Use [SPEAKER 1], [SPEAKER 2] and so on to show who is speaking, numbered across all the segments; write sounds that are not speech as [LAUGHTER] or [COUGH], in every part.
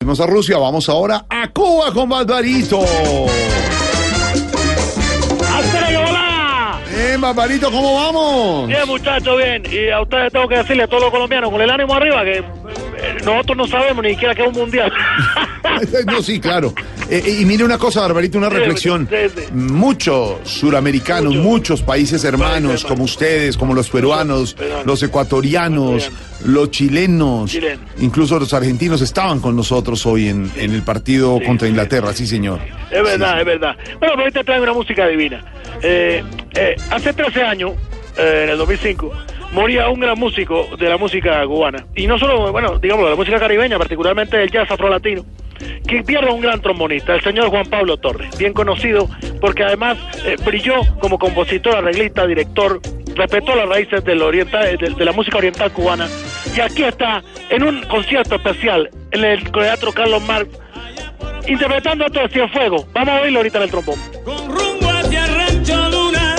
[SPEAKER 1] Vamos a Rusia, vamos ahora a Cuba con Barbarito.
[SPEAKER 2] ¡Hasta hola!
[SPEAKER 1] Eh, Barbarito, ¿cómo vamos?
[SPEAKER 2] Bien, muchachos, bien. Y a ustedes tengo que decirle a todos los colombianos, con el ánimo arriba, que eh, nosotros no sabemos ni siquiera que es un mundial. [LAUGHS]
[SPEAKER 1] [LAUGHS] No, sí, claro. Eh, y mire una cosa, Barbarito, una reflexión.
[SPEAKER 2] sí, sí.
[SPEAKER 1] Muchos suramericanos,
[SPEAKER 2] Muchos.
[SPEAKER 1] muchos países hermanos,
[SPEAKER 2] Países hermanos.
[SPEAKER 1] como ustedes, como los peruanos,
[SPEAKER 2] Peruanos.
[SPEAKER 1] los ecuatorianos, los chilenos,
[SPEAKER 2] Chilenos.
[SPEAKER 1] incluso los argentinos estaban con nosotros hoy en, en el partido contra Inglaterra, sí, señor.
[SPEAKER 2] Es verdad, es verdad. Bueno, pero ahorita traen una música divina. Eh, eh, hace 13 años, eh, en el 2005, moría un gran músico de la música cubana. Y no solo, bueno, digamos, de la música caribeña, particularmente del jazz afrolatino. Que pierde un gran trombonista, el señor Juan Pablo Torres, bien conocido porque además eh, brilló como compositor, arreglista, director, respetó las raíces del oriental, eh, de, de la música oriental cubana. Y aquí está, en un concierto especial en el Teatro Carlos Marx, interpretando esto de Cienfuegos. Vamos a oírlo ahorita en el trombón.
[SPEAKER 3] Con rumbo hacia Rancho Luna,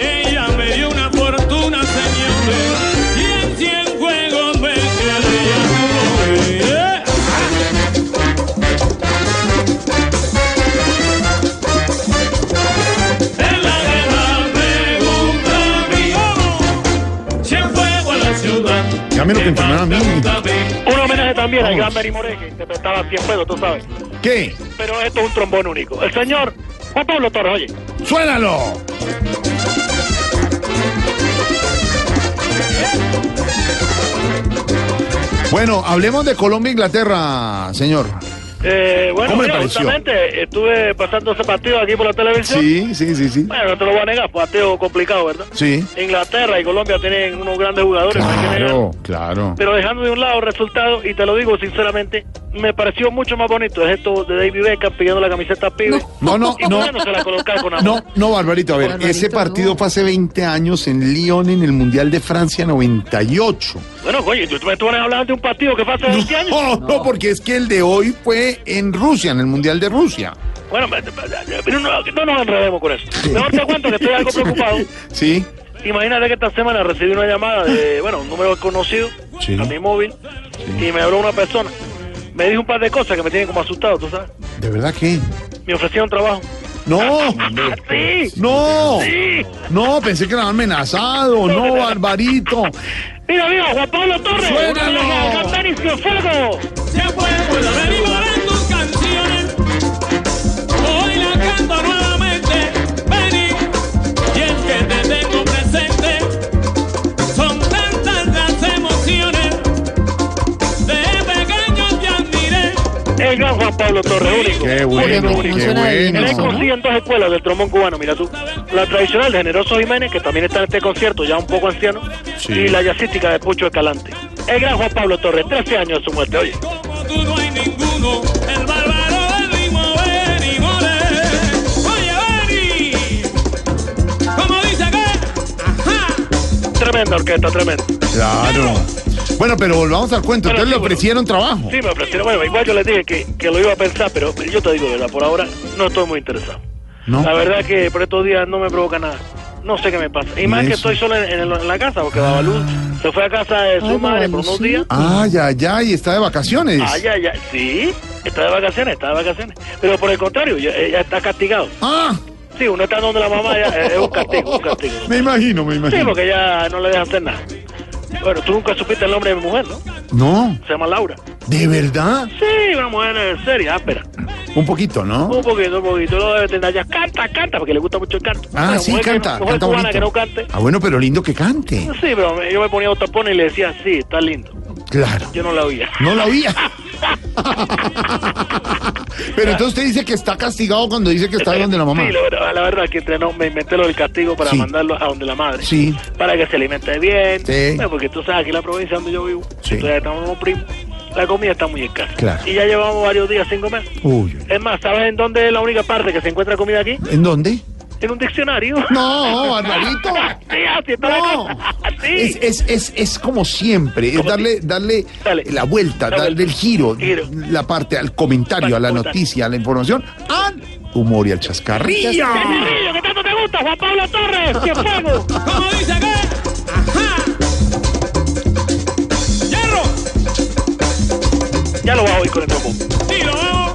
[SPEAKER 3] ella me dio una fortuna, señores. Y en cien juegos me quedé. ya tuvo, eh. En la guerra pregunta mi cien fuego a la ciudad.
[SPEAKER 1] Ya me lo que entrenaron a mí.
[SPEAKER 2] Un homenaje también al gran Benny Moré, que interpretaba Cienfuegos, tú sabes.
[SPEAKER 1] ¿Qué?
[SPEAKER 2] Pero esto es un trombón único. El señor Juan Pablo Torres, oye.
[SPEAKER 1] ¡Suénalo! Bueno, hablemos de Colombia-Inglaterra, señor.
[SPEAKER 2] Eh, bueno,
[SPEAKER 1] ¿Cómo le
[SPEAKER 2] mira,
[SPEAKER 1] pareció?
[SPEAKER 2] justamente estuve pasando ese partido aquí por la televisión.
[SPEAKER 1] Sí, sí, sí, sí.
[SPEAKER 2] Bueno, no te lo voy a negar, partido complicado, ¿verdad?
[SPEAKER 1] Sí.
[SPEAKER 2] Inglaterra y Colombia tienen unos grandes jugadores. no hay que negarlo.
[SPEAKER 1] Claro, claro.
[SPEAKER 2] Pero dejando de un lado el resultado, y te lo digo sinceramente, me pareció mucho más bonito. Es esto de David Beckham pidiendo la camiseta a Pibe.
[SPEAKER 1] No, no,
[SPEAKER 2] y
[SPEAKER 1] no.
[SPEAKER 2] poniéndose la
[SPEAKER 1] [LAUGHS]
[SPEAKER 2] colocar con amor.
[SPEAKER 1] No, no, Barbarito, a ver,
[SPEAKER 4] Barbarito,
[SPEAKER 1] ese partido
[SPEAKER 4] no.
[SPEAKER 1] fue hace 20 años en Lyon en el Mundial de Francia 98.
[SPEAKER 2] Bueno, oye, tú, tú me estás hablando de un partido que fue hace 20 años.
[SPEAKER 1] No, no, porque es que el de hoy fue en Rusia, en el Mundial de Rusia.
[SPEAKER 2] Bueno, pues, me- me- no, no, no nos enredemos con eso. Mejor te cuento que
[SPEAKER 1] [LAUGHS]
[SPEAKER 2] estoy algo preocupado.
[SPEAKER 1] Sí.
[SPEAKER 2] Imagínate que esta semana recibí una llamada de, bueno, un número desconocido
[SPEAKER 1] Sí.
[SPEAKER 2] a mi móvil y me habló una persona. Me dijo un par de cosas que me tienen como asustado, ¿tú sabes?
[SPEAKER 1] ¿De verdad qué?
[SPEAKER 2] Me ofrecieron trabajo. Ah,
[SPEAKER 1] No,
[SPEAKER 2] ¡Sí!
[SPEAKER 1] no,
[SPEAKER 2] ¡Sí!
[SPEAKER 1] no, pensé que lo habían amenazado.
[SPEAKER 2] [LAUGHS]
[SPEAKER 1] No, Barbarito.
[SPEAKER 2] Mira, mira, Juan Pablo Torres.
[SPEAKER 1] ¡Suénalo!
[SPEAKER 2] ¡Cantar y fuego!
[SPEAKER 3] Cien fuegos, la ven y moran tus canciones. Hoy la canto nuevamente. Vení, y es que te tengo presente. Son tantas las emociones. De pequeño te admiré.
[SPEAKER 2] El gran Juan Pablo Torres, único.
[SPEAKER 1] Qué bueno,
[SPEAKER 2] Único, único.
[SPEAKER 1] qué bueno.
[SPEAKER 2] Él es conocido en dos escuelas del trombón cubano, mira tú. La tradicional de Generoso Jiménez, que también está en este concierto, ya un poco anciano,
[SPEAKER 1] Sí.
[SPEAKER 2] y la jazzística de Pucho Escalante. El gran Juan Pablo Torres, 13 años de su muerte, oye.
[SPEAKER 3] Como tú no hay ninguno. El bárbaro del ritmo, Benny Moré. Oye, Benny. ¿Cómo dice que? Ajá.
[SPEAKER 2] Tremenda orquesta, tremenda.
[SPEAKER 1] Claro. Bueno, pero volvamos al cuento.
[SPEAKER 2] Pero
[SPEAKER 1] Entonces le
[SPEAKER 2] sí, bueno.
[SPEAKER 1] ofrecieron trabajo.
[SPEAKER 2] Sí, me ofrecieron, bueno, igual yo les dije que, que lo iba a pensar, pero yo te digo, de verdad, por ahora no estoy muy interesado.
[SPEAKER 1] No.
[SPEAKER 2] La verdad que por estos días no me provoca nada. No sé qué me pasa. Y más que
[SPEAKER 1] eso?
[SPEAKER 2] estoy solo en, en- en la casa, porque Babalú se fue a casa de su madre por unos días.
[SPEAKER 1] Ay, ay, ay, está de vacaciones.
[SPEAKER 2] Ay, ay, ay. Sí, está de vacaciones, está de vacaciones. Pero por el contrario, ya, eh, ya está castigado.
[SPEAKER 1] Ah,
[SPEAKER 2] Sí, uno está donde la mamá ya, eh, es un castigo, un castigo.
[SPEAKER 1] me imagino, me
[SPEAKER 2] Sí,
[SPEAKER 1] imagino.
[SPEAKER 2] porque ya no le dejan hacer nada. Bueno, tú nunca supiste el nombre de mi mujer, ¿no?
[SPEAKER 1] No,
[SPEAKER 2] Se llama Laura.
[SPEAKER 1] de verdad.
[SPEAKER 2] Sí, una mujer eh, seria, áspera.
[SPEAKER 1] Un poquito, ¿no?
[SPEAKER 2] Un poquito, un poquito. No debe tener ya. Canta, canta, porque le gusta mucho el canto.
[SPEAKER 1] Ah,
[SPEAKER 2] Bueno,
[SPEAKER 1] sí,
[SPEAKER 2] mujer que no-
[SPEAKER 1] canta.
[SPEAKER 2] mujer
[SPEAKER 1] canta
[SPEAKER 2] cubana
[SPEAKER 1] bonito.
[SPEAKER 2] que no cante.
[SPEAKER 1] Ah, bueno, pero lindo que cante.
[SPEAKER 2] Sí, pero me- yo me ponía los tapones y le decía, sí, está lindo.
[SPEAKER 1] Claro.
[SPEAKER 2] Yo no la oía.
[SPEAKER 1] [LAUGHS] No la
[SPEAKER 2] [LAUGHS]
[SPEAKER 1] oía. pero entonces usted dice que está castigado cuando dice que está donde la mamá.
[SPEAKER 2] Sí, la verdad, la verdad que entrenó, me inventé lo del castigo para
[SPEAKER 1] Sí.
[SPEAKER 2] mandarlo a donde la madre.
[SPEAKER 1] Sí.
[SPEAKER 2] Para que se alimente bien. Eh,
[SPEAKER 1] Sí.
[SPEAKER 2] Bueno, porque tú sabes, aquí en la provincia donde yo vivo,
[SPEAKER 1] Sí.
[SPEAKER 2] todavía estamos como primos. la comida está muy escasa.
[SPEAKER 1] Claro.
[SPEAKER 2] Y ya llevamos varios días sin comer.
[SPEAKER 1] Uy, uy.
[SPEAKER 2] Es más, ¿sabes en dónde es la única parte que se encuentra comida aquí?
[SPEAKER 1] ¿En dónde?
[SPEAKER 2] En un diccionario.
[SPEAKER 1] [LAUGHS] No, Barbarito.
[SPEAKER 2] [LAUGHS] Sí, así está la
[SPEAKER 1] No.
[SPEAKER 2] cosa. Así.
[SPEAKER 1] Es, es, es, es como siempre, es
[SPEAKER 2] Como
[SPEAKER 1] darle, darle
[SPEAKER 2] Dale.
[SPEAKER 1] la vuelta,
[SPEAKER 2] La
[SPEAKER 1] darle
[SPEAKER 2] vuelta.
[SPEAKER 1] el giro,
[SPEAKER 2] Giro.
[SPEAKER 1] la parte al comentario, a la
[SPEAKER 2] Importante.
[SPEAKER 1] noticia, a la información, al humor y al chascarrillo.
[SPEAKER 2] ¡Qué cerrillo, que tanto te gusta, Juan Pablo Torres! ¡Qué fuego!
[SPEAKER 3] ¿Cómo dice que? Ajá. Hierro.
[SPEAKER 2] Ya lo vas a oír con el trombón.
[SPEAKER 3] Y lo hago.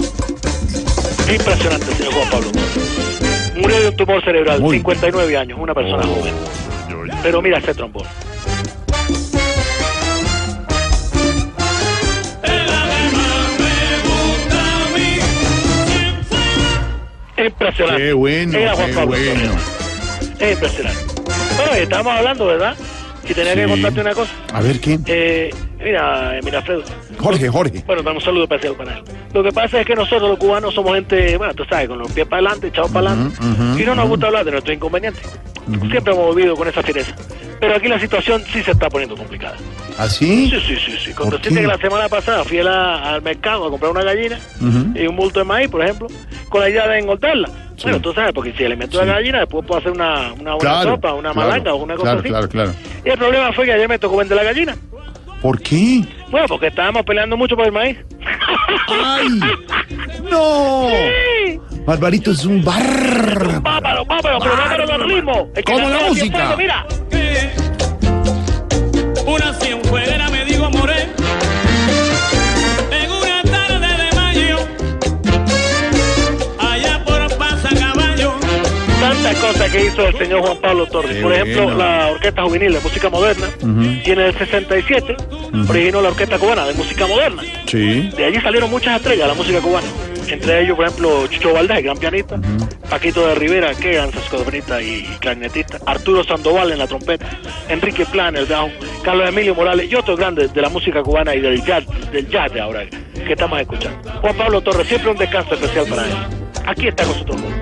[SPEAKER 2] Qué impresionante, señor Juan Pablo. Murió de un tumor cerebral,
[SPEAKER 1] Muy. Oh.
[SPEAKER 2] 59 años, una persona joven. Pero mira ese trombón.
[SPEAKER 3] Es la que más me gusta a mí. ¿Quién fue?
[SPEAKER 2] Impresionante.
[SPEAKER 1] Qué bueno,
[SPEAKER 2] Era Juan
[SPEAKER 1] qué
[SPEAKER 2] Pablo
[SPEAKER 1] bueno.
[SPEAKER 2] Torres. Es impresionante. Bueno, y estábamos hablando, ¿verdad? Y tenía que
[SPEAKER 1] Sí.
[SPEAKER 2] contarte una cosa.
[SPEAKER 1] A ver qué.
[SPEAKER 2] Eh, mira, eh, mira, Alfredo.
[SPEAKER 1] Jorge, Jorge.
[SPEAKER 2] Bueno, dame un saludo especial para él. Lo que pasa es que nosotros los cubanos somos gente, bueno, tú sabes, con los pies para adelante, echados para adelante. y no nos gusta hablar de nuestros inconvenientes. Siempre hemos vivido con esa fiereza. Pero aquí la situación sí se está poniendo complicada.
[SPEAKER 1] ¿Así?
[SPEAKER 2] Sí, sí, sí, sí. Con
[SPEAKER 1] ¿Por
[SPEAKER 2] decirte
[SPEAKER 1] qué?
[SPEAKER 2] que la semana pasada fui a la- al mercado a comprar una gallina y un bulto de maíz, por ejemplo, con la idea de engordarla. Bueno, tú sabes, porque si le meto
[SPEAKER 1] Sí.
[SPEAKER 2] la gallina, después puedo hacer una, una buena
[SPEAKER 1] Claro,
[SPEAKER 2] sopa, una
[SPEAKER 1] claro,
[SPEAKER 2] malanga o una cosa
[SPEAKER 1] claro,
[SPEAKER 2] así.
[SPEAKER 1] claro, claro.
[SPEAKER 2] Y el problema fue que ayer me tocó vender la gallina.
[SPEAKER 1] ¿Por qué?
[SPEAKER 2] Bueno, porque estábamos peleando mucho por el maíz. [LAUGHS]
[SPEAKER 1] ¡Ay! ¡No! Barbarito es un bar.
[SPEAKER 2] Bárbaro, bárbaro, pero bárbaro del ritmo. El que
[SPEAKER 1] Como la
[SPEAKER 2] cantaba así
[SPEAKER 1] música.
[SPEAKER 2] fuerte, Mira,
[SPEAKER 3] que una cienfueguera me digo moré en una tarde de mayo allá por Pasacaballo
[SPEAKER 2] tantas cosas que hizo el señor Juan Pablo Torres.
[SPEAKER 1] Qué
[SPEAKER 2] Por ejemplo,
[SPEAKER 1] bueno.
[SPEAKER 2] la Orquesta Juvenil de Música Moderna. Y en el 67 originó la Orquesta Cubana de Música Moderna.
[SPEAKER 1] Sí.
[SPEAKER 2] De allí salieron muchas estrellas de la música cubana. Entre ellos, por ejemplo, Chicho Valdés, gran pianista, Paquito de Rivera, que era saxofonista y clarinetista, Arturo Sandoval en la trompeta, Enrique Plan, el down, Carlos Emilio Morales y otros grandes de la música cubana y del jazz, del jazz de ahora que estamos escuchando. Juan Pablo Torres, siempre un descanso especial para él. Aquí está con su trombón.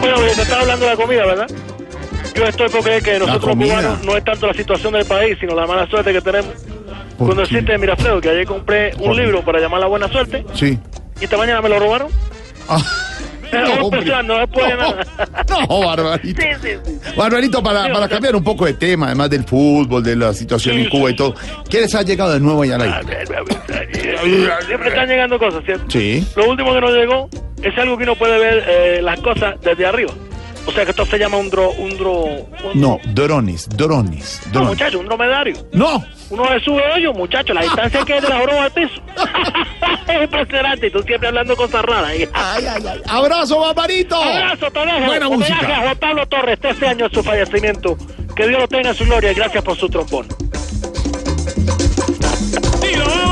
[SPEAKER 2] Bueno, pues, se está hablando de la comida, ¿verdad? Yo estoy por creer que nosotros los
[SPEAKER 1] comida.
[SPEAKER 2] cubanos no es tanto la situación del país, sino la mala suerte que tenemos.
[SPEAKER 1] ¿Por
[SPEAKER 2] Cuando
[SPEAKER 1] qué?
[SPEAKER 2] existe Mirafredo, que ayer compré un
[SPEAKER 1] ¿Por qué?
[SPEAKER 2] libro para llamar la buena suerte,
[SPEAKER 1] Sí.
[SPEAKER 2] y esta mañana me lo robaron. [LAUGHS]
[SPEAKER 1] Ah,
[SPEAKER 2] Estamos empezando, [LAUGHS] no puede nada.
[SPEAKER 1] [LAUGHS] No, Barbarito.
[SPEAKER 2] Sí, sí, sí.
[SPEAKER 1] Barbarito, para, para cambiar un poco de tema, además del fútbol, de la situación
[SPEAKER 2] Sí,
[SPEAKER 1] en Cuba y todo, ¿qué les ha llegado de nuevo allá al aire?
[SPEAKER 2] Siempre están llegando cosas, ¿cierto?
[SPEAKER 1] Sí.
[SPEAKER 2] Lo último que nos llegó es algo que uno puede ver eh, las cosas desde arriba. O sea que esto se llama un dro... Un dro un-
[SPEAKER 1] No, drones, drones,
[SPEAKER 2] No,
[SPEAKER 1] drones.
[SPEAKER 2] muchacho, un dromedario.
[SPEAKER 1] No,
[SPEAKER 2] Uno se sube hoyo, muchacho, la distancia que es de las bromas al piso. [LAUGHS] es impresionante, y tú siempre hablando cosas raras. ¿eh?
[SPEAKER 1] Ay, ay, ay. Abrazo, Barbarito.
[SPEAKER 2] Abrazo, Toledo.
[SPEAKER 1] Ah. Buena
[SPEAKER 2] Homenaje
[SPEAKER 1] música.
[SPEAKER 2] a Juan Pablo Torres, 13 años de su fallecimiento. Que Dios lo tenga en su gloria y gracias por su trombón.
[SPEAKER 3] y lo hago